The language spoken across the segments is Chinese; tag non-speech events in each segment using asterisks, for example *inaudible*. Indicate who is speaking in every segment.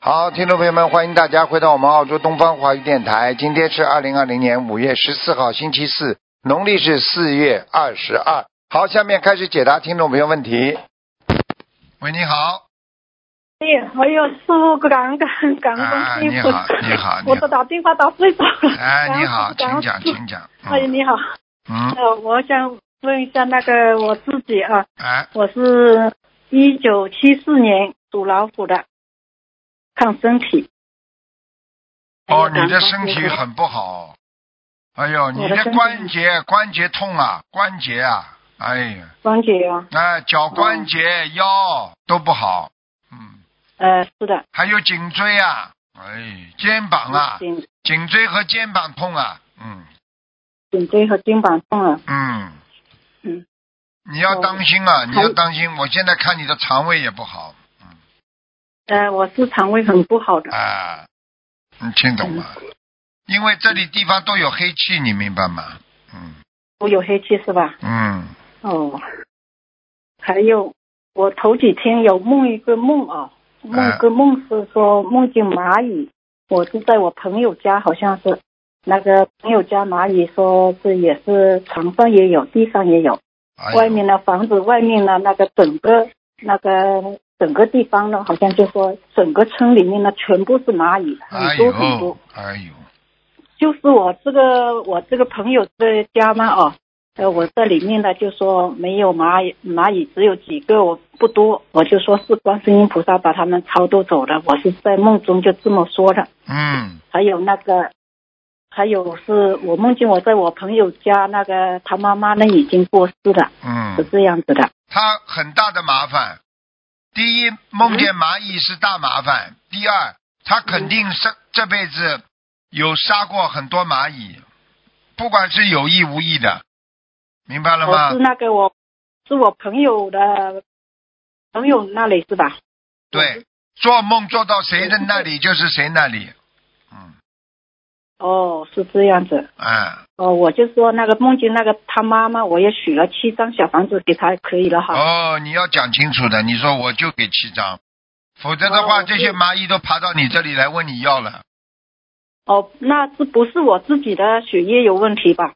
Speaker 1: 好，听众朋友们，欢迎大家回到我们澳洲东方华语电台。今天是二零二零年五月十四号，星期四，农历是四月二十二。好，下面开始解答听众朋友问题。喂，你好。
Speaker 2: 哎，还有师傅，感恩感
Speaker 1: 啊，
Speaker 2: 恩
Speaker 1: 你
Speaker 2: 师傅，
Speaker 1: 好，你好，
Speaker 2: 我
Speaker 1: 你
Speaker 2: 都
Speaker 1: 好。
Speaker 2: 打电话打睡着了。
Speaker 1: 哎，你好，
Speaker 2: 感
Speaker 1: 请
Speaker 2: 恩师
Speaker 1: 讲，
Speaker 2: 父
Speaker 1: 请讲。
Speaker 2: *laughs* 哎，
Speaker 1: 嗯
Speaker 2: 你好，
Speaker 1: 嗯，
Speaker 2: 呃，我想问一下那个我自己啊，
Speaker 1: 哎，
Speaker 2: 我是一九七四年属老虎的，看身体。
Speaker 1: 哦，
Speaker 2: 还
Speaker 1: 你
Speaker 2: 有感
Speaker 1: 的
Speaker 2: 恩
Speaker 1: 身体
Speaker 2: 师父
Speaker 1: 很不好。哎呦，你
Speaker 2: 我的身体
Speaker 1: 关节关节痛啊，关节啊，哎呀，
Speaker 2: 关节啊，
Speaker 1: 哎，脚关节、
Speaker 2: 哦
Speaker 1: 腰都不好，嗯，
Speaker 2: 呃，是的，
Speaker 1: 还有颈椎啊，哎，肩膀啊，
Speaker 2: 颈
Speaker 1: 颈椎和肩膀痛啊，嗯
Speaker 2: 颈椎和肩膀痛了，
Speaker 1: 嗯
Speaker 2: 嗯，
Speaker 1: 你要
Speaker 2: 哦
Speaker 1: 当心啊，你
Speaker 2: 还
Speaker 1: 要当心，我现在看你的肠胃也不好
Speaker 2: 呃，我是肠胃很不好的，
Speaker 1: 啊，你听懂吗？
Speaker 2: 嗯
Speaker 1: 因为这里地方都有黑气，你明白吗？嗯
Speaker 2: 我有黑气是吧？
Speaker 1: 嗯，
Speaker 2: 哦，还有，我头几天有梦一个梦啊，梦一个梦是说梦见蚂蚁，我是在我朋友家，好像是那个朋友家蚂蚁说这也是床上也有，地上也有，
Speaker 1: 哎呦
Speaker 2: 外面的房子外面的那个整个那个整个地方呢，好像就说整个村里面呢全部是蚂蚁，
Speaker 1: 哎
Speaker 2: 很多很多
Speaker 1: 呦。哎呦，
Speaker 2: 就是我这个我这个朋友的家嘛哦，呃，我这里面呢就说没有蚂蚁，蚂蚁只有几个，我不多，我就说是观世音菩萨把他们超度走了，我是在梦中就这么说的。
Speaker 1: 嗯
Speaker 2: 还有那个，还有是我梦见我在我朋友家那个他妈妈呢已经过世了，是
Speaker 1: 嗯，
Speaker 2: 这样子的。
Speaker 1: 他很大的麻烦。第一，梦见蚂蚁是大麻烦；第二，他肯定是这辈子有杀过很多蚂蚁，不管是有意无意的，明白了
Speaker 2: 我是
Speaker 1: 吗？
Speaker 2: 那个我，是我朋友的朋友那里是吧？
Speaker 1: 对，做梦做到谁的那里就是谁那里，嗯，
Speaker 2: 哦，是这样子。
Speaker 1: 哎，
Speaker 2: 哦，我就说那个梦见那个他妈妈，我也许了七张小房子给他，可以了哈。
Speaker 1: 哦，你要讲清楚的，你说我就给七张，否则的话，
Speaker 2: 哦
Speaker 1: 这些
Speaker 2: 对
Speaker 1: 蚂蚁都爬到你这里来问你要了，
Speaker 2: 哦，那是不是我自己的血液有问题吧？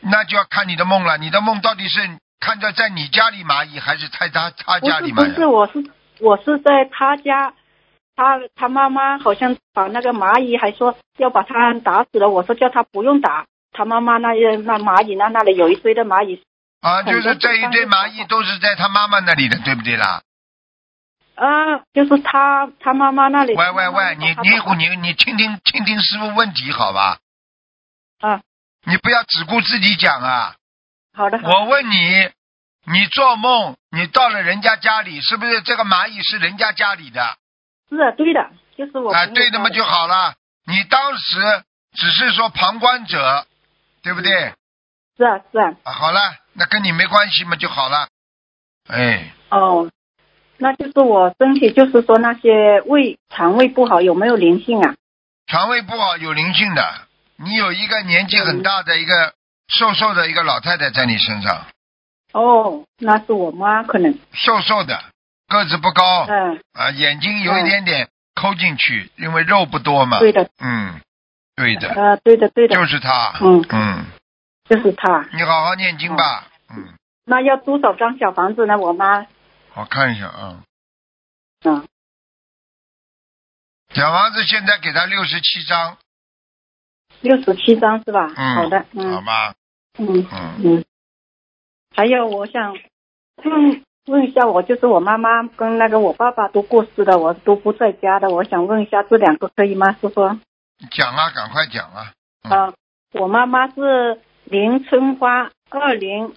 Speaker 1: 那就要看你的梦了。你的梦到底是看着在你家里蚂蚁，还是在他他
Speaker 2: 不
Speaker 1: 家
Speaker 2: 是
Speaker 1: 里
Speaker 2: 不
Speaker 1: 蚂
Speaker 2: 是，
Speaker 1: 蚁？
Speaker 2: 我是我是在他家，他他妈妈好像把那个蚂蚁还说要把他打死了，我说叫他不用打，他妈妈那那蚂蚁那那里有一堆的蚂蚁，
Speaker 1: 啊，
Speaker 2: 很
Speaker 1: 就
Speaker 2: 多
Speaker 1: 是这一堆
Speaker 2: 地方
Speaker 1: 蚂蚁都是在他妈妈那里的，对不对啦？
Speaker 2: 啊，就是他他妈妈那里。
Speaker 1: 喂喂喂，你
Speaker 2: 他妈妈
Speaker 1: 你你你听听听听师傅问题好吧？
Speaker 2: 啊，
Speaker 1: 你不要只顾自己讲
Speaker 2: *laughs*
Speaker 1: 啊！
Speaker 2: 好的好的
Speaker 1: 我问你，你做梦，你到了人家家里，是不是这个蚂蚁是人家家里的？
Speaker 2: 是啊，对的，就是我
Speaker 1: 啊，
Speaker 2: 朋友
Speaker 1: 对的
Speaker 2: 家
Speaker 1: 嘛就好了。你当时只是说旁观者，对不对？
Speaker 2: 是啊是啊，
Speaker 1: 啊，好了，那跟你没关系嘛就好了。哎，
Speaker 2: 哦，那就是我身体，就是说那些胃、肠胃不好，有没有灵性啊？
Speaker 1: 肠胃不好有灵性的，你有一个年纪很大的一
Speaker 2: 嗯
Speaker 1: 个瘦瘦的一个老太太在你身上，
Speaker 2: 哦，那是我妈可能，
Speaker 1: 瘦瘦的，个子不高
Speaker 2: 嗯、
Speaker 1: 啊，眼睛有一点点抠进去，因为肉不多嘛。
Speaker 2: 对的，
Speaker 1: 嗯，对的，
Speaker 2: 呃，对的，对的，
Speaker 1: 就是她。
Speaker 2: 嗯
Speaker 1: 嗯，
Speaker 2: 就是她。
Speaker 1: 你好好念经吧。嗯，
Speaker 2: 那要多少张小房子呢？我妈，
Speaker 1: 我看一下啊，
Speaker 2: 嗯，
Speaker 1: 小房子现在给他六十七张。
Speaker 2: 六十七张是吧？
Speaker 1: 嗯，
Speaker 2: 好的，
Speaker 1: 好
Speaker 2: 嗯
Speaker 1: 吧，
Speaker 2: 嗯
Speaker 1: 嗯，
Speaker 2: 嗯。还有，我想问问一下我，就是我妈妈跟那个我爸爸都过世了，我都不在家的，我想问一下这两个可以吗，师傅？
Speaker 1: 讲啊，赶快讲啊，嗯
Speaker 2: 啊，我妈妈是林春花，二零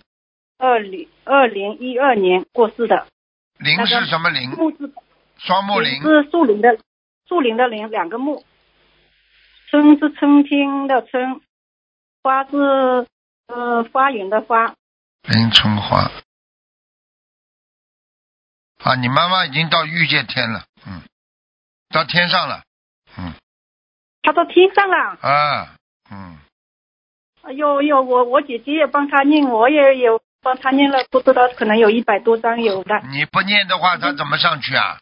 Speaker 2: 二零二零一二年过世的，
Speaker 1: 林
Speaker 2: 那个嗯
Speaker 1: 是什么林？
Speaker 2: 木字
Speaker 1: 双嗯木林
Speaker 2: 林是树林的树林的林，两个木，春是春天的春，花是呃花园的花，
Speaker 1: 林春花。啊，你妈妈已经到御界天了，嗯，到天上了，嗯
Speaker 2: 她到天上了。
Speaker 1: 啊，嗯，
Speaker 2: 哎呦呦，我我姐姐也帮她念，我也有帮她念了，不知道可能有一百多张有的。
Speaker 1: 你不念的话，她怎么上去啊？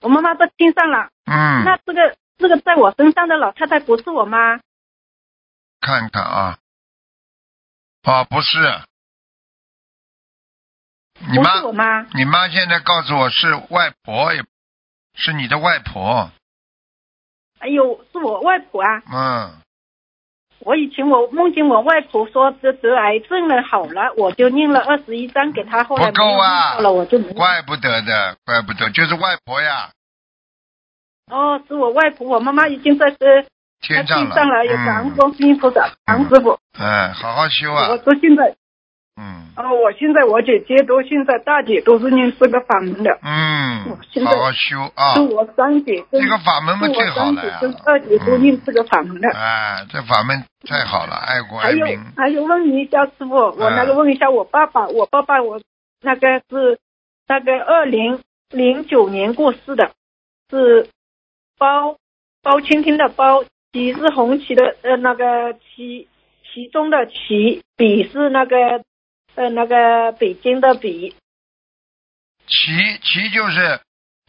Speaker 2: 我妈妈都听上了。
Speaker 1: 嗯，
Speaker 2: 那这个这个在我身上的老太太不是我妈，
Speaker 1: 看看啊，啊，不是，你
Speaker 2: 不
Speaker 1: 妈
Speaker 2: 是我妈，
Speaker 1: 你妈现在告诉我是外婆，也是你的外婆。
Speaker 2: 哎呦，是我外婆啊！
Speaker 1: 嗯，
Speaker 2: 我以前我梦见我外婆说得得癌症了，好了，我就念了二十一章给她，后来
Speaker 1: 不够啊
Speaker 2: 没有念到了我就没有
Speaker 1: 怪不得的，怪不得就是外婆呀，
Speaker 2: 哦，是我外婆，我妈妈已经在这在
Speaker 1: 天
Speaker 2: 地
Speaker 1: 上了。
Speaker 2: 上了，有感恩
Speaker 1: 嗯
Speaker 2: 观世音菩萨，唐师傅，
Speaker 1: 嗯，好好修
Speaker 2: 我
Speaker 1: 啊。
Speaker 2: 说现在
Speaker 1: 嗯
Speaker 2: 哦，我现在我姐姐都现在大姐都是念这个法门的，
Speaker 1: 嗯
Speaker 2: 我，现在
Speaker 1: 好好修啊
Speaker 2: 是。我三姐跟
Speaker 1: 这个法门嘛
Speaker 2: 是
Speaker 1: 最
Speaker 2: 我
Speaker 1: 好
Speaker 2: 三
Speaker 1: 了
Speaker 2: 姐
Speaker 1: 呀。嗯
Speaker 2: 跟二姐都念这个法门的。
Speaker 1: 哎，这法门太好了，爱国
Speaker 2: 还
Speaker 1: 爱
Speaker 2: 有
Speaker 1: 民。
Speaker 2: 还有问一下师傅，
Speaker 1: 啊
Speaker 2: 我那个问一下我爸爸，我爸爸我那个是那个二零零九年过世的，是包包青天的包，旗是红旗的呃那个旗其中的旗，笔是那个呃那个北京的笔，
Speaker 1: 旗旗就是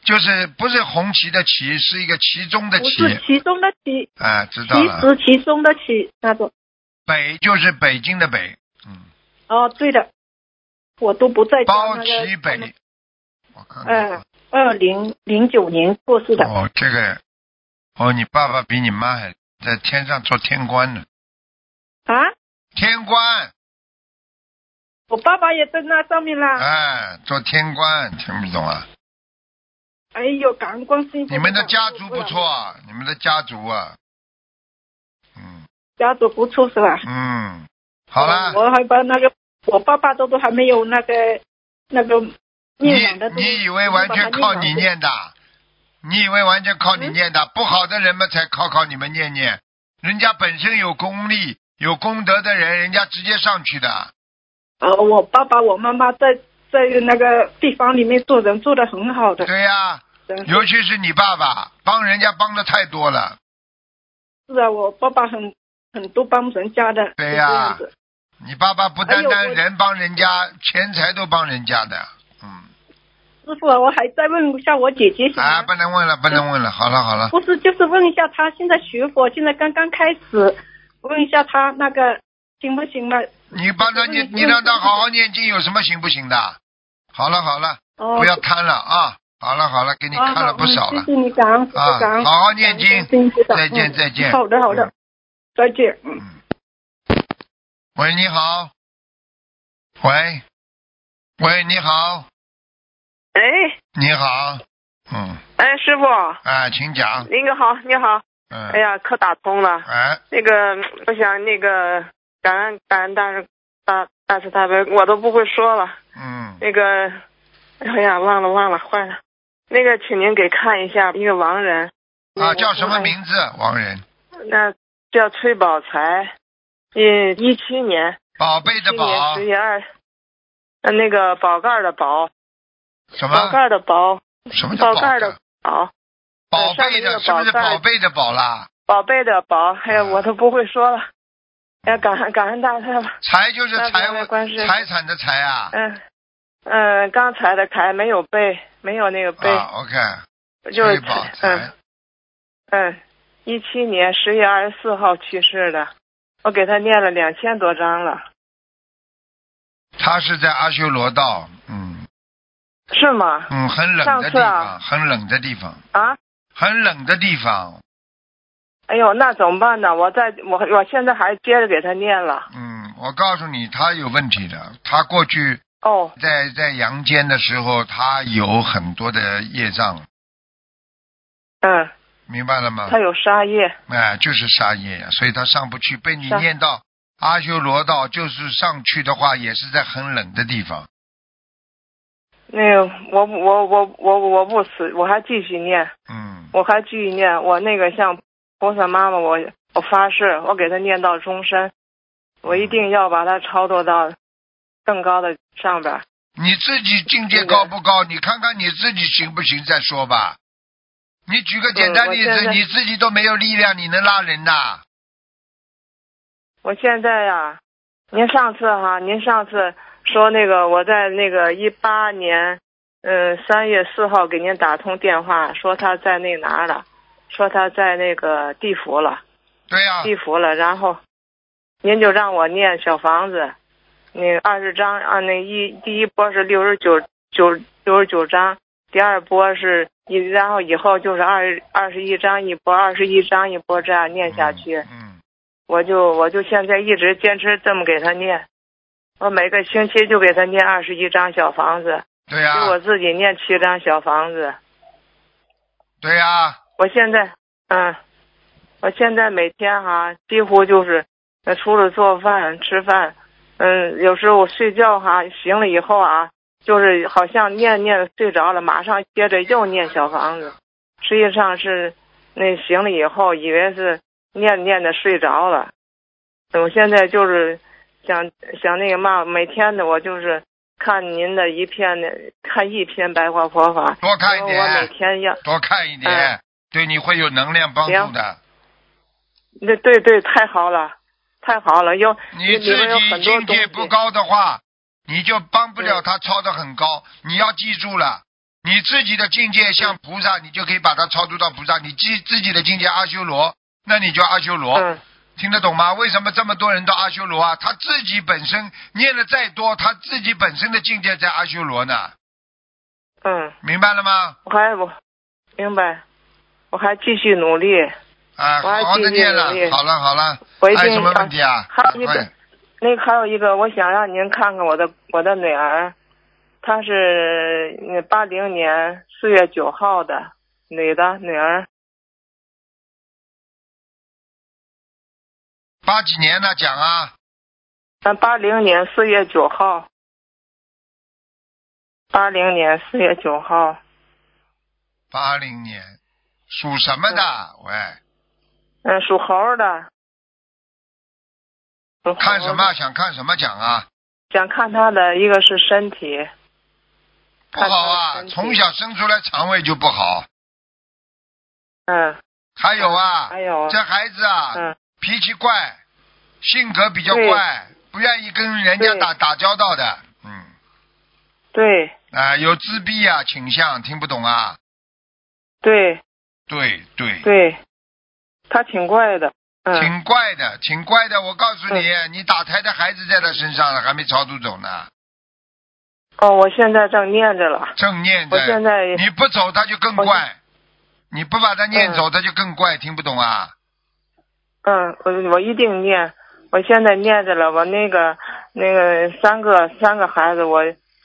Speaker 1: 就是不是红旗的旗，是一个其中的
Speaker 2: 不是
Speaker 1: 旗。
Speaker 2: 其中的旗，
Speaker 1: 哎，知道
Speaker 2: 其
Speaker 1: 了。
Speaker 2: 实其中的旗那种。
Speaker 1: 北就是北京的北，嗯，
Speaker 2: 哦，对的，我都不在家
Speaker 1: 包
Speaker 2: 那
Speaker 1: 旗
Speaker 2: 个。
Speaker 1: 北。我看看
Speaker 2: 嗯
Speaker 1: 啊。，
Speaker 2: 二零零九年过世的。
Speaker 1: 哦，这个，哦，你爸爸比你妈还在天上做天官呢，
Speaker 2: 啊，
Speaker 1: 天官，
Speaker 2: 我爸爸也在那上面啦。
Speaker 1: 哎，做天官，听不懂啊？
Speaker 2: 哎呦，感恩观世音菩
Speaker 1: *laughs*
Speaker 2: 萨
Speaker 1: 你们的家族不错，啊，你们的家族啊，嗯
Speaker 2: 家族不错是吧？
Speaker 1: 嗯，好啦，
Speaker 2: 我还把那个我爸爸都都还没有那个那个
Speaker 1: 你
Speaker 2: 念完的东西
Speaker 1: 你以为完全靠你？念的？你以为完全靠你念的？不好的人嘛，才靠靠你们念念。人家本身有功力、有功德的人，人家直接上去的。
Speaker 2: 呃，我爸爸我妈妈在在那个地方里面做人做的很好的，
Speaker 1: 对呀、
Speaker 2: 真是
Speaker 1: 尤其是你爸爸，帮人家帮的太多了。
Speaker 2: 是啊，我爸爸很很多帮人家的。
Speaker 1: 对呀
Speaker 2: 是这样子
Speaker 1: 你爸爸不单
Speaker 2: 哎
Speaker 1: 单
Speaker 2: 呦我
Speaker 1: 人帮人家，钱财都帮人家的。嗯，
Speaker 2: 师傅啊，我还再问一下我姐姐行吗？
Speaker 1: 啊，不能问了，不能问了。好了好了，
Speaker 2: 不是，就是问一下他现在学佛，现在刚刚开始，问一下他那个行不行嘛？
Speaker 1: 你帮他念，你让他好好念经，有什么行不行的？好了好了，
Speaker 2: 哦，
Speaker 1: 不要贪了啊！好了好了，给你
Speaker 2: 啊
Speaker 1: 看了不少了
Speaker 2: 好嗯。谢谢你，感恩，
Speaker 1: 啊
Speaker 2: 感恩，
Speaker 1: 好好念经
Speaker 2: 感恩菩萨
Speaker 1: 再见
Speaker 2: 嗯
Speaker 1: 再见
Speaker 2: 好的，好的
Speaker 1: 嗯，
Speaker 2: 再见。嗯。
Speaker 1: 喂，你好。喂，喂，你好，
Speaker 3: 哎
Speaker 1: 你好，嗯，
Speaker 3: 哎，师傅，
Speaker 1: 啊，请讲，
Speaker 3: 那个好，你好，
Speaker 1: 嗯，
Speaker 3: 哎呀，可打通了。
Speaker 1: 哎，
Speaker 3: 那个，嗯我想那个感恩感恩大是大大慈大悲，我都不会说了。
Speaker 1: 嗯，
Speaker 3: 那个，哎呀，忘了忘了，坏了。那个，请您给看一下一个亡人。
Speaker 1: 啊，叫什么？名字？王人，
Speaker 3: 那叫崔宝才，嗯，一七年，
Speaker 1: 宝贝
Speaker 3: 今
Speaker 1: 的
Speaker 3: 年
Speaker 1: 宝
Speaker 3: 十，月二，呃，那个宝盖儿的宝，
Speaker 1: 什
Speaker 3: 宝盖
Speaker 1: 么？
Speaker 3: 儿的宝，
Speaker 1: 什么叫
Speaker 3: 宝
Speaker 1: 宝
Speaker 3: 盖儿的宝，
Speaker 1: 宝贝
Speaker 3: 上面那
Speaker 1: 的，
Speaker 3: 个
Speaker 1: 是不是
Speaker 3: 宝盖
Speaker 1: 宝贝的宝啦？嗯
Speaker 3: 宝贝的宝。哎呀，我都不会说了。哎呀，感恩感恩大太吧。
Speaker 1: 财就是
Speaker 3: 那
Speaker 1: 财
Speaker 3: 不
Speaker 1: 务
Speaker 3: 没关系
Speaker 1: 财产的财啊，
Speaker 3: 嗯，嗯，刚才的凯没有背，没有那个背，
Speaker 1: 啊，OK，
Speaker 3: 就
Speaker 1: 崔
Speaker 3: 是
Speaker 1: 宝财
Speaker 3: 嗯，嗯，一七年十月二十四号去世的，我给他念了两千多章了，
Speaker 1: 他是在阿修罗道，嗯
Speaker 3: 是吗？
Speaker 1: 嗯，很冷的
Speaker 3: 上
Speaker 1: 地
Speaker 3: 次啊
Speaker 1: 方，很冷的地方，
Speaker 3: 啊，
Speaker 1: 很冷的地方，
Speaker 3: 哎呦，那怎么办呢？我在我我现在还接着给他念了。
Speaker 1: 嗯，我告诉你，他有问题的。他过去
Speaker 3: 哦，
Speaker 1: 在在阳间的时候，他有很多的业障，
Speaker 3: 嗯，
Speaker 1: 明白了吗？
Speaker 3: 他有杀业，
Speaker 1: 哎、就是杀业呀，所以他上不去，被你
Speaker 3: 是啊
Speaker 1: 念到阿修罗道，就是上去的话，也是在很冷的地方。
Speaker 3: 那个我不我我我我不死，我还继续念，
Speaker 1: 嗯，
Speaker 3: 我还继续念，我那个像菩萨妈妈，我我发誓，我给他念到终身，我一定要把他超度到更高的上边儿。
Speaker 1: 你自己境界
Speaker 3: 那个
Speaker 1: 高不高？你看看你自己行不行再说吧。你举个简单
Speaker 3: 嗯我
Speaker 1: 例
Speaker 3: 现
Speaker 1: 子，
Speaker 3: 在
Speaker 1: 你自己都没有力量，你能拉人呐？
Speaker 3: 我现在呀、您上次哈、您上次说那个我在那个一八年嗯，三月四号给您打通电话，说他在那哪儿了，说他在那个地府了，
Speaker 1: 对呀、
Speaker 3: 地府了。然后您就让我念小房子，那二十章啊，那一第一波是六十九九六十九章，第二波是一，然后以后就是二二十一章一波，二十一章一波这样念下去。
Speaker 1: 嗯，
Speaker 3: 我就我就现在一直坚持这么给他念，我每个星期就给他念二十一张小房子，
Speaker 1: 对
Speaker 3: 给
Speaker 1: 呀、
Speaker 3: 我自己念七张小房子。
Speaker 1: 对呀、
Speaker 3: 我现在，嗯，我现在每天哈、几乎就是，呃除了做饭、吃饭，嗯，有时候我睡觉哈、醒了以后啊，就是好像念念睡着了，马上接着又念小房子，实际上是那醒了以后，以为是念念的睡着了。我现在就是想想那个嘛，每天的我就是看您的一篇的看一篇白话佛法，
Speaker 1: 多看一
Speaker 3: 因为我每
Speaker 1: 点，
Speaker 3: 天要。
Speaker 1: 多看一点，
Speaker 3: 嗯
Speaker 1: 对你会有能量帮助的。
Speaker 3: 那对对，太好了，太好了，有
Speaker 1: 你
Speaker 3: 里面有
Speaker 1: 自
Speaker 3: 很
Speaker 1: 己
Speaker 3: 多
Speaker 1: 境
Speaker 3: 东
Speaker 1: 界
Speaker 3: 西。
Speaker 1: 不高的话，你就帮不了他超得很高。你要记住了，你自己的境界像菩萨，你就可以把它超度到菩萨。你自自己的境界阿修罗，那你就阿修罗。
Speaker 3: 嗯
Speaker 1: 听得懂吗？为什么这么多人到阿修罗啊？他自己本身念的再多，他自己本身的境界在阿修罗呢，
Speaker 3: 嗯，
Speaker 1: 明白了吗？
Speaker 3: 我还我明白，我还继续努力。
Speaker 1: 啊，
Speaker 3: 我还
Speaker 1: 好好的
Speaker 3: 继续
Speaker 1: 念了
Speaker 3: 努，力
Speaker 1: 好了好了，
Speaker 3: 我一
Speaker 1: 还有
Speaker 3: 定
Speaker 1: 什么
Speaker 3: 啊
Speaker 1: 问题啊？
Speaker 3: 还有一个
Speaker 1: 赶快
Speaker 3: 那个还有一个，我想让您看看我的我的女儿，她是嗯八零年四月九号的女的女儿，
Speaker 1: 八几年呢？讲啊，
Speaker 3: 嗯，八零年四月九号，八零年四月九号，
Speaker 1: 八零年，属什么的？喂。
Speaker 3: 嗯，属猴的。属猴
Speaker 1: 看什
Speaker 3: 的
Speaker 1: 么？想看什么讲啊？
Speaker 3: 想看他的一个是身体，
Speaker 1: 不
Speaker 3: 看他
Speaker 1: 好啊
Speaker 3: 身，体
Speaker 1: 从小生出来肠胃就不好。
Speaker 3: 嗯，
Speaker 1: 还有啊，
Speaker 3: 还有，
Speaker 1: 这孩子啊，
Speaker 3: 嗯
Speaker 1: 脾气怪，性格比较
Speaker 3: 对
Speaker 1: 怪，不愿意跟人家
Speaker 3: 对
Speaker 1: 打打交道的。嗯，
Speaker 3: 对
Speaker 1: 啊、有自闭啊倾向，听不懂啊。
Speaker 3: 对
Speaker 1: 对对，
Speaker 3: 对，他挺怪的，嗯，
Speaker 1: 挺怪的，挺怪的。我告诉你，你打胎的孩子在他身上了，还没超度走呢，
Speaker 3: 哦，我现在正念着了，
Speaker 1: 正念
Speaker 3: 我现
Speaker 1: 着。
Speaker 3: 在
Speaker 1: 你不走，他就更
Speaker 3: 我
Speaker 1: 怪。你不把他念
Speaker 3: 嗯
Speaker 1: 走，他就更怪，听不懂啊？
Speaker 3: 嗯，我我一定念，我现在念着了，我那个那个三个三个孩子，我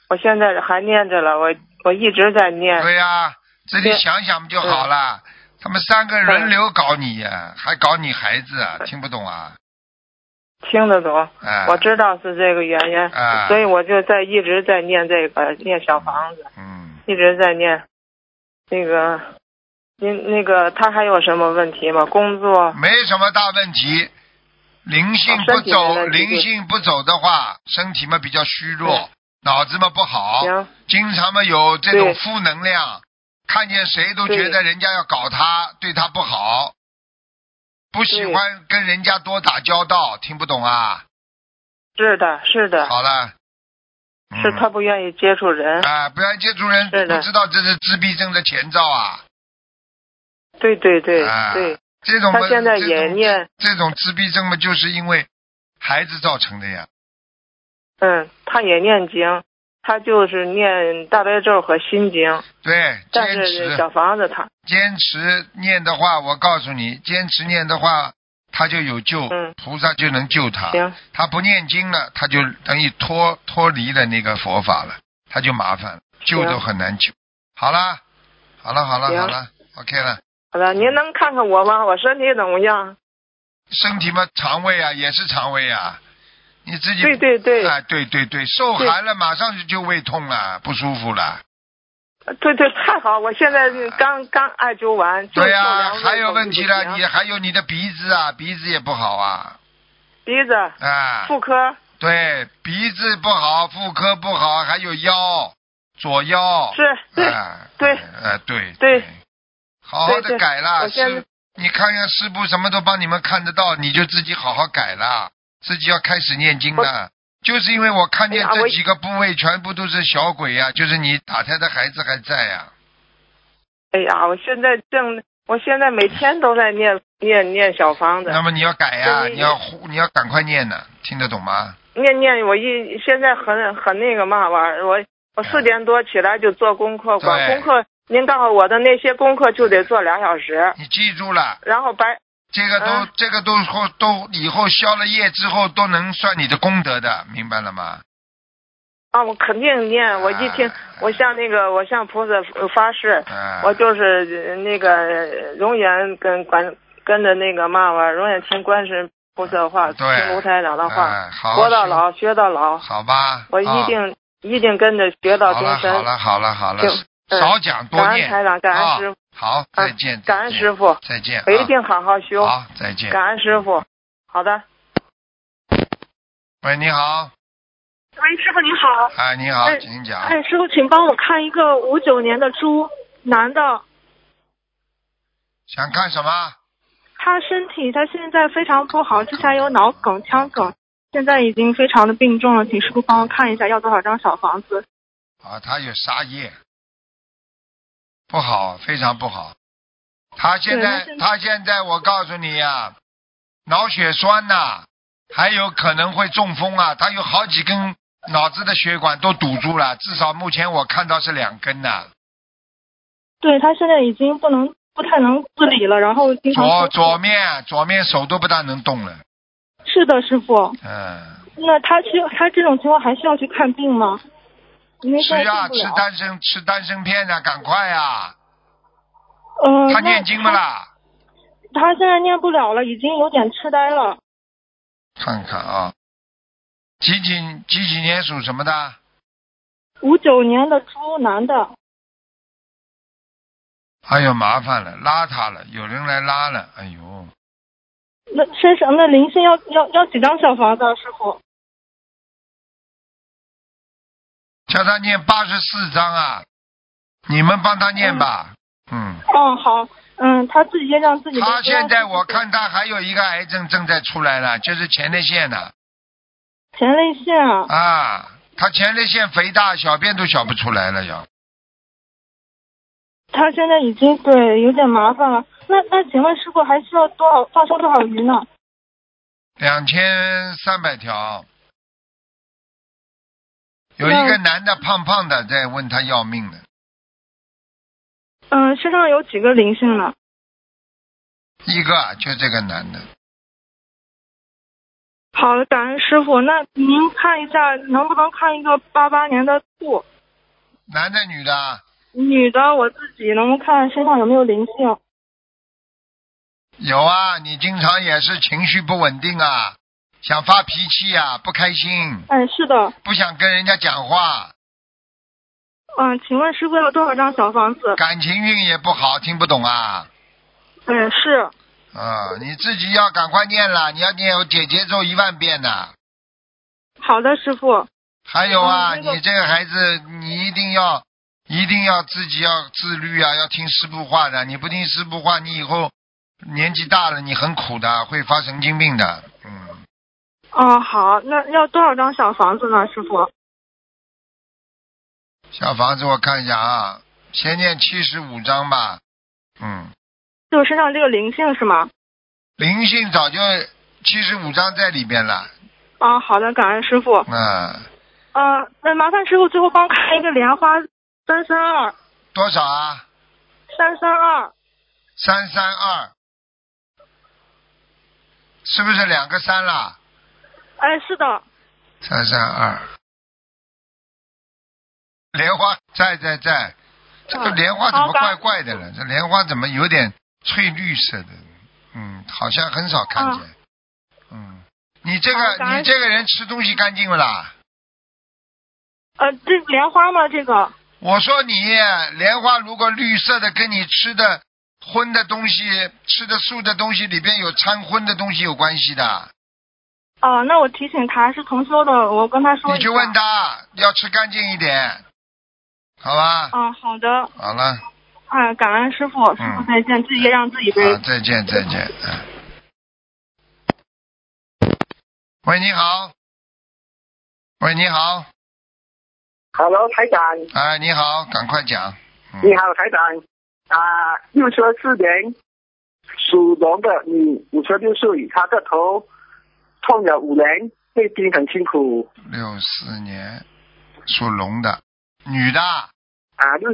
Speaker 3: 我现在还念着了，我我一直在念，
Speaker 1: 对呀、自己
Speaker 3: 对
Speaker 1: 想想不就好了？他们三个轮流搞你呀、还搞你孩子啊，听不懂啊？
Speaker 3: 听得懂，
Speaker 1: 哎，
Speaker 3: 我知道是这个原因，
Speaker 1: 哎
Speaker 3: 所以我就在一直在念这个念小房子。
Speaker 1: 嗯，
Speaker 3: 一直在念。那个，您那个他还有什么问题吗？工作
Speaker 1: 没什么大问题。灵性
Speaker 3: 哦
Speaker 1: 不
Speaker 3: 身体没
Speaker 1: 走，
Speaker 3: 问题
Speaker 1: 灵性不走的话，身体嘛比较虚弱，脑子嘛不好，
Speaker 3: 行，
Speaker 1: 经常嘛有这种
Speaker 3: 对
Speaker 1: 负能量，看见谁都觉得人家要搞他，对他不好，不喜
Speaker 3: 对
Speaker 1: 欢跟人家多打交道，听不懂啊？
Speaker 3: 是的，是的，
Speaker 1: 好了，嗯
Speaker 3: 是他不愿意接触人。
Speaker 1: 啊，不然接触人
Speaker 3: 是的
Speaker 1: 不知道这是自闭症的前兆啊！
Speaker 3: 对对对
Speaker 1: 啊
Speaker 3: 对，
Speaker 1: 这种嘛
Speaker 3: 他现在也
Speaker 1: 这种
Speaker 3: 念，
Speaker 1: 这种自闭症嘛，就是因为孩子造成的呀。
Speaker 3: 嗯，他也念经，他就是念大悲咒和心经，
Speaker 1: 对，
Speaker 3: 但
Speaker 1: 坚
Speaker 3: 是
Speaker 1: 持
Speaker 3: 小房子他，
Speaker 1: 坚持念的话，我告诉你，坚持念的话，他就有救，
Speaker 3: 嗯
Speaker 1: 菩萨就能救他。
Speaker 3: 行，
Speaker 1: 他不念经了，他就等于脱脱离了那个佛法了，他就麻烦了，救都很难救。好啦，好了，好了，
Speaker 3: 行
Speaker 1: 好了，OK 了。
Speaker 3: 好的，您能看看我吗？我身体怎么样？
Speaker 1: 身体嘛，肠胃啊，也是肠胃啊，你自己
Speaker 3: 对对对，
Speaker 1: 啊，对对对，受
Speaker 3: 对
Speaker 1: 寒了，马上就就胃痛了，不舒服了。
Speaker 3: 对对，太好，我现在刚刚艾灸完，就
Speaker 1: 对呀、
Speaker 3: 受凉了
Speaker 1: 还有问题了，你
Speaker 3: 口就不行
Speaker 1: 还有你的鼻子啊，鼻子也不好啊，
Speaker 3: 鼻子、
Speaker 1: 啊，
Speaker 3: 妇科，
Speaker 1: 对，鼻子不好，妇科不好，还有腰，左腰，
Speaker 3: 是对
Speaker 1: 啊，
Speaker 3: 对
Speaker 1: 呃，对
Speaker 3: 对，
Speaker 1: 好好
Speaker 3: 对
Speaker 1: 的
Speaker 3: 对
Speaker 1: 改了，
Speaker 3: 我现在
Speaker 1: 师，你看看师傅什么都帮你们看得到，你就自己好好改了，自己要开始念经了，就是因为我看见
Speaker 3: 哎呀
Speaker 1: 这
Speaker 3: 我
Speaker 1: 几个部位全部都是小鬼呀、就是你打胎的孩子还在啊呀、
Speaker 3: 哎呀，我现在正，我现在每天都在念念念小房子，
Speaker 1: 那么你要改呀、
Speaker 3: 对
Speaker 1: 你要呼你要赶快念呢、听得懂吗？
Speaker 3: 念念我一现在很很那个嘛玩意儿，我我四点多起来就做功课，管
Speaker 1: 对
Speaker 3: 功课，您告诉我的那些功课就得做俩小时，
Speaker 1: 你记住了，
Speaker 3: 然后白
Speaker 1: 这个都、
Speaker 3: 嗯
Speaker 1: 这个都后都以后消了业之后都能算你的功德的，明白了吗？
Speaker 3: 啊，我肯定念，我一听
Speaker 1: 啊，
Speaker 3: 我向那个我向菩萨发誓，
Speaker 1: 啊，
Speaker 3: 我就是呃那个呃永远跟管跟着那个嘛玩意儿，永远听观世菩萨的话，听
Speaker 1: 对
Speaker 3: 卢台长的话，
Speaker 1: 哎好好
Speaker 3: 活到
Speaker 1: 修
Speaker 3: 老学到老，
Speaker 1: 好吧，
Speaker 3: 我一
Speaker 1: 啊
Speaker 3: 定、一定跟着学到
Speaker 1: 好
Speaker 3: 终
Speaker 1: 了
Speaker 3: 身
Speaker 1: 好。了好了好了
Speaker 3: 就，嗯
Speaker 1: 少讲多
Speaker 3: 感恩
Speaker 1: 念，
Speaker 3: 台长，感
Speaker 1: 啊
Speaker 3: 恩师傅，嗯
Speaker 1: 好，再见，
Speaker 3: 感恩
Speaker 1: 再见
Speaker 3: 师傅，
Speaker 1: 再见，
Speaker 3: 我一
Speaker 1: 啊
Speaker 3: 定好好修。
Speaker 1: 好，再见。
Speaker 3: 感恩师傅，好的。
Speaker 1: 喂，你好，
Speaker 2: 喂，师傅您好。
Speaker 1: 哎，你好，
Speaker 2: 哎
Speaker 1: 请讲。
Speaker 2: 哎，师傅，请帮我看一个五九年的猪，男的，
Speaker 1: 想看什么？啊
Speaker 2: 他身体他现在非常不好，之前有脑梗、腔梗，现在已经非常的病重了，请师傅帮我看一下要多少张小房子。
Speaker 1: 啊，他有杀业，不好，非常不好。他现
Speaker 2: 对他
Speaker 1: 在，
Speaker 2: 现在
Speaker 1: 他现在，我告诉你呀、脑血栓呐、还有可能会中风啊。他有好几根脑子的血管都堵住了，至少目前我看到是两根呐、
Speaker 2: 对他现在已经不能不太能自理了，然后经常
Speaker 1: 左
Speaker 2: 说
Speaker 1: 左面，左面手都不大能动了。
Speaker 2: 是的，师傅，
Speaker 1: 嗯，
Speaker 2: 那他去他这种情况还需要去看病吗？因为现
Speaker 1: 吃
Speaker 2: 在
Speaker 1: 啊，
Speaker 2: 动不
Speaker 1: 吃
Speaker 2: 了。
Speaker 1: 丹参，吃丹参片啊，赶快啊！
Speaker 2: 呃，
Speaker 1: 他
Speaker 2: 那
Speaker 1: 念经不啦？
Speaker 2: 他？他现在念不了了，已经有点痴呆了。
Speaker 1: 看看啊，几几几几年属什么的？
Speaker 2: 五九年的猪，男的。
Speaker 1: 哎呦，麻烦了，拉他了，有人来拉了，哎呦，
Speaker 2: 那身上那灵性要要要几张小房子啊，师傅？
Speaker 1: 叫他念八十四章啊，你们帮他念吧，嗯，
Speaker 2: 哦，好，嗯，他自己先让自己的
Speaker 1: 他
Speaker 2: 经
Speaker 1: 现在
Speaker 2: 自己
Speaker 1: 我看他还有一个癌症正在出来了，就是前列腺的
Speaker 2: 前列腺啊，
Speaker 1: 啊，他前列腺肥大，小便都小不出来了要，
Speaker 2: 他现在已经对有点麻烦了。那那请问师傅还需要多少放生多少鱼呢？
Speaker 1: 两千三百条。有一个男的胖胖的在问他要命的，
Speaker 2: 嗯，身上有几个灵性了？
Speaker 1: 一个啊就这个男的，
Speaker 2: 好的，感恩师傅。那您看一下能不能看一个八八年的兔
Speaker 1: 男的女的啊，
Speaker 2: 女的，我自己能不能看身上有没有灵性？
Speaker 1: 有啊，你经常也是情绪不稳定啊，想发脾气啊，不开心，
Speaker 2: 哎，是的，
Speaker 1: 不想跟人家讲话，
Speaker 2: 嗯，请问师傅要多少张小房子？
Speaker 1: 感情运也不好，听不懂啊。
Speaker 2: 嗯，是。
Speaker 1: 啊、你自己要赶快念了，你要念有姐姐咒一万遍呐、
Speaker 2: 好的，师傅。
Speaker 1: 还有啊，
Speaker 2: 嗯那个
Speaker 1: 你这个孩子，你一定要一定要自己要自律啊，要听师傅话的。你不听师傅话，你以后年纪大了，你很苦的，会发神经病的。嗯，
Speaker 2: 哦，好，那要多少张小房子呢，师傅？
Speaker 1: 小房子我看一下啊，先念七十五章吧。嗯，
Speaker 2: 就身上这个灵性是吗？
Speaker 1: 灵性早就七十五章在里边了。
Speaker 2: 啊，好的，感恩师傅。
Speaker 1: 嗯，
Speaker 2: 呃，那麻烦师傅最后帮我看一个莲花，三三二，
Speaker 1: 多少啊？
Speaker 2: 三三二，
Speaker 1: 三三二，是不是两个三啦？
Speaker 2: 哎，是的，
Speaker 1: 三三二，莲花在在在，这个莲花怎么
Speaker 2: 好吧
Speaker 1: 怪怪的了？这莲花怎么有点翠绿色的？嗯，好像很少看见。嗯，你这
Speaker 2: 啊好
Speaker 1: 个
Speaker 2: 感恩
Speaker 1: 你这个人吃东西干净不啦？
Speaker 2: 呃，这莲花吗？这个，
Speaker 1: 我说你莲花如果绿色的，跟你吃的荤的东西、吃的素的东西里边有掺荤的东西有关系的，
Speaker 2: 哦、那我提醒他是同修的，我跟他说
Speaker 1: 你
Speaker 2: 一下。
Speaker 1: 就问。他要吃干净一点，好吧？
Speaker 2: 啊，好的，
Speaker 1: 好了。
Speaker 2: 哎，感恩师傅，师
Speaker 1: 嗯
Speaker 2: 傅再见，自己也让自己背。
Speaker 1: 啊，再见，再见。嗯。喂，你好，喂，你好，
Speaker 4: Hello，台长，
Speaker 1: 哎，你好，赶快讲。嗯、
Speaker 4: 你好，台长。啊，六十四年属龙的女，五十六岁，她的头痛了五年，最近很辛苦。
Speaker 1: 六四年属龙的女的，
Speaker 4: 啊，六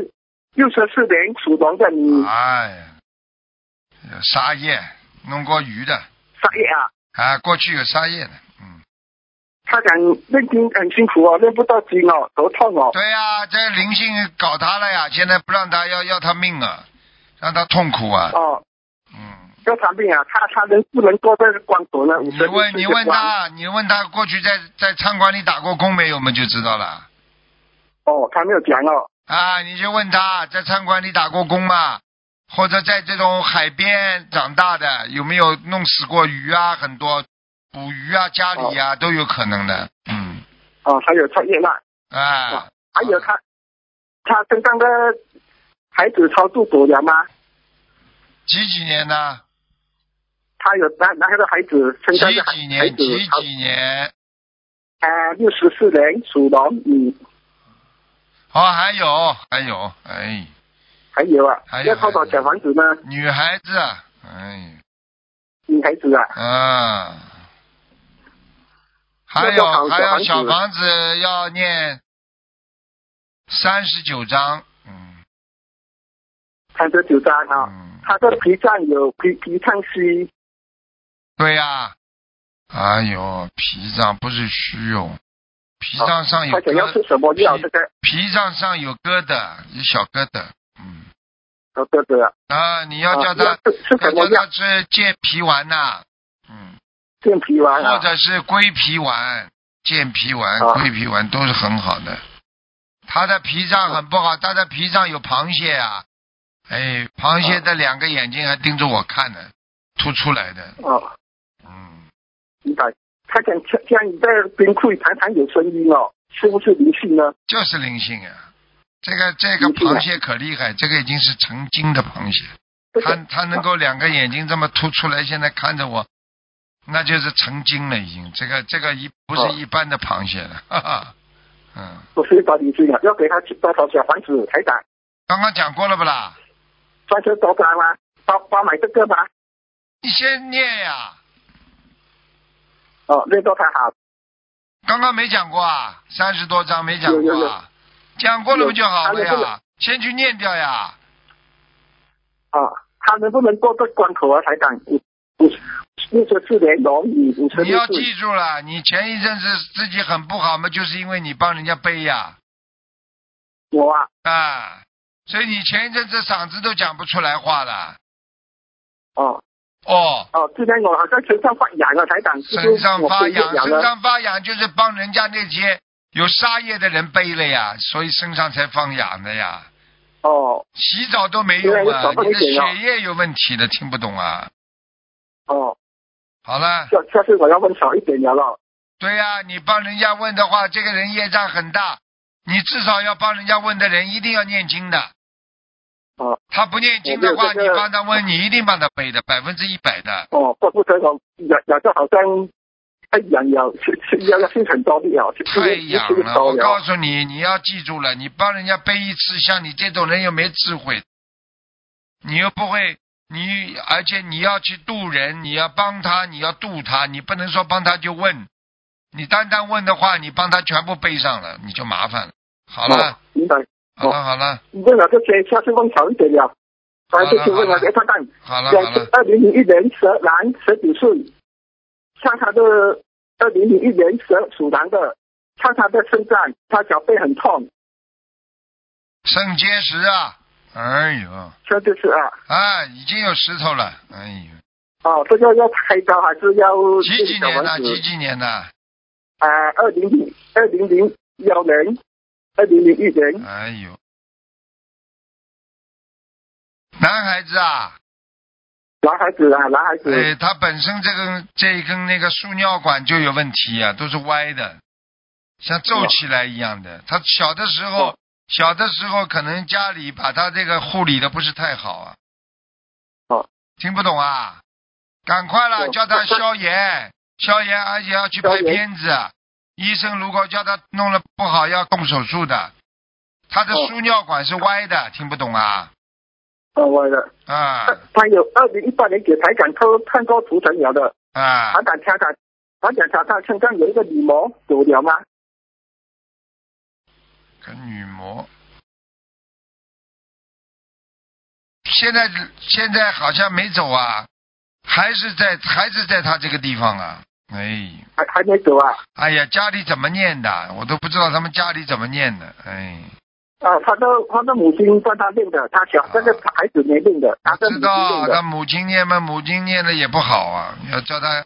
Speaker 4: 六十四年属龙的女，
Speaker 1: 哎呀，有沙叶弄过鱼的，
Speaker 4: 沙叶啊，
Speaker 1: 啊，过去有沙叶的，嗯，
Speaker 4: 她讲认经很辛苦哦，认不到经哦，头痛哦。
Speaker 1: 对呀、这灵性搞他了呀，现在不让他要要他命啊，让他痛苦啊，
Speaker 4: 哦，
Speaker 1: 嗯，
Speaker 4: 这产品啊，她她能不能过这个关口呢？五
Speaker 1: 你
Speaker 4: 十六
Speaker 1: 问
Speaker 4: 岁
Speaker 1: 你
Speaker 4: 的
Speaker 1: 问
Speaker 4: 关。
Speaker 1: 他，你问他过去在在餐馆里打过工没有，我们就知道了。
Speaker 4: 哦，她没有讲哦。
Speaker 1: 啊，你就问他在餐馆里打过工吗？或者在这种海边长大的有没有弄死过鱼啊？很多捕鱼啊，家里呀、都有可能的。嗯，
Speaker 4: 哦，还有创业那，
Speaker 1: 啊
Speaker 4: 哦，还有她，她身上的孩子超度走了吗？
Speaker 1: 几几年呢？
Speaker 4: 她有男男孩的孩子，身
Speaker 1: 几
Speaker 4: 上的孩
Speaker 1: 几
Speaker 4: 孩
Speaker 1: 年？
Speaker 4: 子
Speaker 1: 几
Speaker 4: 超
Speaker 1: 几年？
Speaker 4: 啊，六十四年属龙，嗯，
Speaker 1: 哦，还有还有，哎，
Speaker 4: 还有啊
Speaker 1: 还，有
Speaker 4: 要多少小房子呢？
Speaker 1: 女孩子，哎，
Speaker 4: 女孩子啊，
Speaker 1: 啊，还
Speaker 4: 要多少
Speaker 1: 有还
Speaker 4: 小
Speaker 1: 有
Speaker 4: 房
Speaker 1: 小
Speaker 4: 子
Speaker 1: 房子要念三十九章，嗯。
Speaker 4: 三十九张啊，
Speaker 1: 嗯，
Speaker 4: 他的脾脏有脾脾脏虚，
Speaker 1: 对呀、哎
Speaker 4: 啊
Speaker 1: 呦，脾脏不是虚哦，脾脏上有
Speaker 4: 他想要吃
Speaker 1: 疙，
Speaker 4: 什么药？这个
Speaker 1: 脾脏上有疙瘩，有小疙瘩，嗯，
Speaker 4: 哦，对对啊，
Speaker 1: 啊，你要叫他，
Speaker 4: 啊
Speaker 1: 要
Speaker 4: 吃吃什
Speaker 1: 叫
Speaker 4: 么
Speaker 1: 他
Speaker 4: 药？
Speaker 1: 吃健脾丸呐、嗯，
Speaker 4: 健脾丸
Speaker 1: 或
Speaker 4: 啊，
Speaker 1: 者是归脾丸、健脾丸、
Speaker 4: 啊
Speaker 1: 归脾丸都是很好的。他的脾脏很不好，他的脾脏有螃蟹啊，哎，螃蟹的两个眼睛还盯着我看呢，凸出来的，
Speaker 4: 哦，
Speaker 1: 嗯。
Speaker 4: 明白。他想像像你在冰库里常常有声音哦，是不是灵性呢？
Speaker 1: 就是灵性啊。这个这个螃蟹可厉害，这个已经是成精的螃蟹，
Speaker 4: 这
Speaker 1: 它
Speaker 4: 个
Speaker 1: 它能够两个眼睛这么凸出来，现在看着我，那就是成精了，已经。这个这个一不是
Speaker 4: 哦
Speaker 1: 一般的螃蟹了，哈哈。嗯，
Speaker 4: 我是找灵性啊，要给他多少小房子？台长，
Speaker 1: 刚刚讲过了不啦？
Speaker 4: 三十多张吗？包包买这个吗？
Speaker 1: 你先念呀，
Speaker 4: 哦，认到他好，
Speaker 1: 刚刚没讲过啊，三十多章没讲
Speaker 4: 有有
Speaker 1: 过
Speaker 4: 有
Speaker 1: 啊，讲过了不就好了
Speaker 4: 有有
Speaker 1: 呀？先去念掉呀。
Speaker 4: 啊，他能不能过这关口啊？台长，五五六十四年龙女，五十
Speaker 1: 你
Speaker 4: 六
Speaker 1: 要
Speaker 4: 岁，
Speaker 1: 记住了，你前一阵子自己很不好嘛，就是因为你帮人家背呀、
Speaker 4: 我啊，
Speaker 1: 啊，所以你前一阵子嗓子都讲不出来话了。
Speaker 4: 哦
Speaker 1: 哦，
Speaker 4: 哦，之前我好像身上发痒了，台长，是不
Speaker 1: 身
Speaker 4: 是
Speaker 1: 上
Speaker 4: 我
Speaker 1: 发
Speaker 4: 背
Speaker 1: 痒，
Speaker 4: 痒
Speaker 1: 身
Speaker 4: 了？
Speaker 1: 上发痒就是帮人家那些有沙叶的人背了呀，所以身上才放痒的呀。
Speaker 4: 哦
Speaker 1: 洗澡都没用
Speaker 4: 对
Speaker 1: 啊，
Speaker 4: 少放
Speaker 1: 你的
Speaker 4: 一点药
Speaker 1: 血液有问题的，听不懂啊。
Speaker 4: 哦，
Speaker 1: 好了，
Speaker 4: 下下次我要问少一点了咯。
Speaker 1: 对呀、你帮人家问的话，这个人业障很大，你至少要帮人家问的人一定要念经的。
Speaker 4: 哦
Speaker 1: 他不念经的话，
Speaker 4: 我没
Speaker 1: 你
Speaker 4: 有这个
Speaker 1: 帮他问，你一定帮他背的，百分之一百的。
Speaker 4: 哦，怪不得我痒痒到好像太痒了，是是要要心很多力哦，是
Speaker 1: 太痒
Speaker 4: 是
Speaker 1: 了！
Speaker 4: 多
Speaker 1: 我告
Speaker 4: 了。
Speaker 1: 诉你，你要记住了，你帮人家背一次，像你这种人又没智慧，你又不会，你而且你要去渡人，你要帮他，你要渡他，你不能说帮他就问，你单单问的话，你帮他全部背上了，你就麻烦了。好了
Speaker 4: 哦，，明白。
Speaker 1: 好
Speaker 4: 哦
Speaker 1: 了，好了，
Speaker 4: 问了这些，下次问少一点了。啊，这次问
Speaker 1: 好
Speaker 4: 了，
Speaker 1: 了
Speaker 4: 给看看。
Speaker 1: 好了，好
Speaker 4: 两
Speaker 1: 了
Speaker 4: 是。二零零一年蛇男十九岁，看他的二零零一年蛇属狼的，看他的身上，他脚背很痛，
Speaker 1: 肾结石啊，哎呦，
Speaker 4: 这就是啊，
Speaker 1: 啊，已经有石头了，哎呦，
Speaker 4: 哦，这个要开刀还是要
Speaker 1: 几几
Speaker 4: 小
Speaker 1: 年
Speaker 4: 房
Speaker 1: 的？几
Speaker 4: 子？
Speaker 1: 几年的？
Speaker 4: 啊，二零零二零零一年，二零零一年，
Speaker 1: 哎呦，男孩子啊，
Speaker 4: 男孩子啊，男孩子，
Speaker 1: 哎，他本身这根这一根那个输尿管就有问题啊，都是歪的，像皱起来一样的。他小的时
Speaker 4: 哦
Speaker 1: 候，小的时候可能家里把他这个护理的不是太好啊。
Speaker 4: 哦，
Speaker 1: 听不懂啊？赶快了，
Speaker 4: 哦
Speaker 1: 叫他
Speaker 4: 他他
Speaker 1: 消炎，消炎，而且要去拍
Speaker 4: 消炎
Speaker 1: 片子，医生如果叫他弄了不好，要动手术的。他的输尿管是歪的，听不懂啊？
Speaker 4: 哦，我的，
Speaker 1: 啊
Speaker 4: 他他有二零一八年给台港科看过图腾了的，
Speaker 1: 啊
Speaker 4: 台，港查查，台港查查身上有一个羽毛，走了吗？
Speaker 1: 跟女魔。现在现在好像没走啊，还是在还是在他这个地方啊。哎，
Speaker 4: 还还没走啊？
Speaker 1: 哎呀，家里怎么念的？我都不知道他们家里怎么念的。哎，
Speaker 4: 啊，他的他的母亲帮他练的，他小
Speaker 1: 啊
Speaker 4: 那个孩子没练的，他
Speaker 1: 我
Speaker 4: 是
Speaker 1: 知
Speaker 4: 母亲练
Speaker 1: 道他
Speaker 4: 的。
Speaker 1: 母亲念嘛，母亲念的也不好啊，要叫他，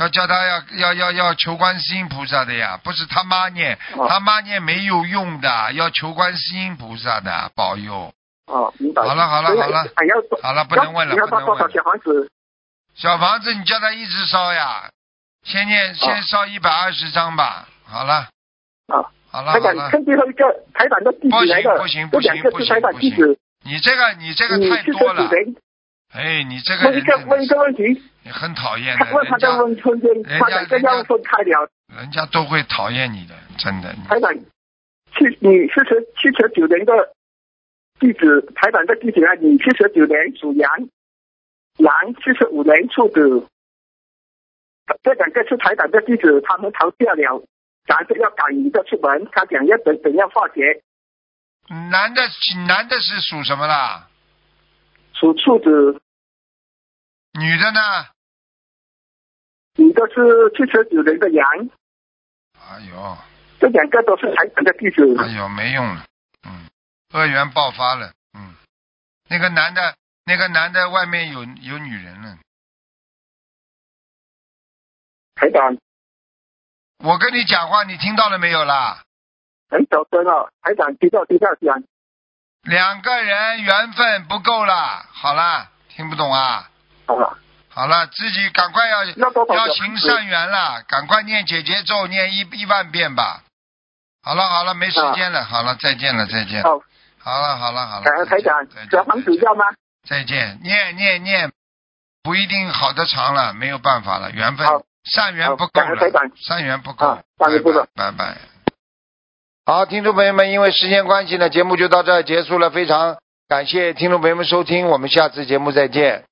Speaker 1: 要叫他要要要要求观世音菩萨的呀，不是他妈念，
Speaker 4: 哦
Speaker 1: 他妈念没有用的，要求观世音菩萨的保佑。
Speaker 4: 哦，明白。
Speaker 1: 好了好了
Speaker 4: 所以
Speaker 1: 好了
Speaker 4: 还要多
Speaker 1: 好了，不能问了，
Speaker 4: 要
Speaker 1: 不
Speaker 4: 要
Speaker 1: 能
Speaker 4: 多
Speaker 1: 问
Speaker 4: 少
Speaker 1: 了。
Speaker 4: 小房子？
Speaker 1: 小房子，你叫他一直烧呀，先念先烧一百二十张吧。好了，
Speaker 4: 啊，
Speaker 1: 好了，
Speaker 4: 台
Speaker 1: 好
Speaker 4: 长
Speaker 1: 了。
Speaker 4: 看最后一个台长的弟
Speaker 1: 不行
Speaker 4: 弟来的，
Speaker 1: 不行
Speaker 4: 这
Speaker 1: 不行
Speaker 4: 两个
Speaker 1: 不
Speaker 4: 是
Speaker 1: 行
Speaker 4: 台长
Speaker 1: 不
Speaker 4: 弟
Speaker 1: 行
Speaker 4: 子，嗯
Speaker 1: 你这个你这个
Speaker 4: 你
Speaker 1: 太
Speaker 4: 是
Speaker 1: 多
Speaker 4: 说
Speaker 1: 了
Speaker 4: 主，人？
Speaker 1: 哎，你这个
Speaker 4: 问一
Speaker 1: 人
Speaker 4: 个
Speaker 1: 真
Speaker 4: 问
Speaker 1: 的
Speaker 4: 一个
Speaker 1: 是
Speaker 4: 问题，
Speaker 1: 你很讨厌的，
Speaker 4: 他问他
Speaker 1: 人
Speaker 4: 在
Speaker 1: 家
Speaker 4: 问婚姻，
Speaker 1: 人家
Speaker 4: 他两个要分开了，
Speaker 1: 人家都会讨厌你的，真的。你
Speaker 4: 台长，七你四十七十九年的弟子，台长的弟子啊，你七十九年属羊，羊七十五年属狗，这两个是台长的弟子，他们逃掉了，咱是要赶一个出门，他讲要怎怎样化解，
Speaker 1: 男的男的是属什么啦？
Speaker 4: 属兔子，
Speaker 1: 女的呢？
Speaker 4: 你的是七十九年的羊，
Speaker 1: 哎呦，
Speaker 4: 这两个都是台长的弟子。
Speaker 1: 哎呦，没用了，嗯，恶缘爆发了，嗯，那个男的，那个男的外面有有女人了。
Speaker 4: 台长
Speaker 1: 我跟你讲话，你听到了没有啦？
Speaker 4: 很小声哦，台长低调低调讲，
Speaker 1: 两个人缘分不够啦，好啦，听不懂啊？
Speaker 4: 好了，
Speaker 1: 好了，自己赶快要
Speaker 4: 那多少
Speaker 1: 要
Speaker 4: 小
Speaker 1: 行
Speaker 4: 房子
Speaker 1: 善缘啦，赶快念姐姐咒，念一一万遍吧。好了好了，没时间了，好了，再见了再见。
Speaker 4: 啊好，
Speaker 1: 好了好了好了，再
Speaker 4: 台台
Speaker 1: 见
Speaker 4: 长
Speaker 1: 再见
Speaker 4: 小房子要吗？
Speaker 1: 再见，念念念，不一定好的长了，没有办法了，缘分
Speaker 4: 好
Speaker 1: 善缘
Speaker 4: 好
Speaker 1: 不够
Speaker 4: 感恩台
Speaker 1: 了
Speaker 4: 长，
Speaker 1: 善缘不够
Speaker 4: 啊，感恩
Speaker 1: 拜
Speaker 4: 菩
Speaker 1: 拜
Speaker 4: 萨
Speaker 1: 拜拜。好，听众朋友们，因为时间关系呢，节目就到这儿结束了，非常感谢听众朋友们收听，我们下次节目再见。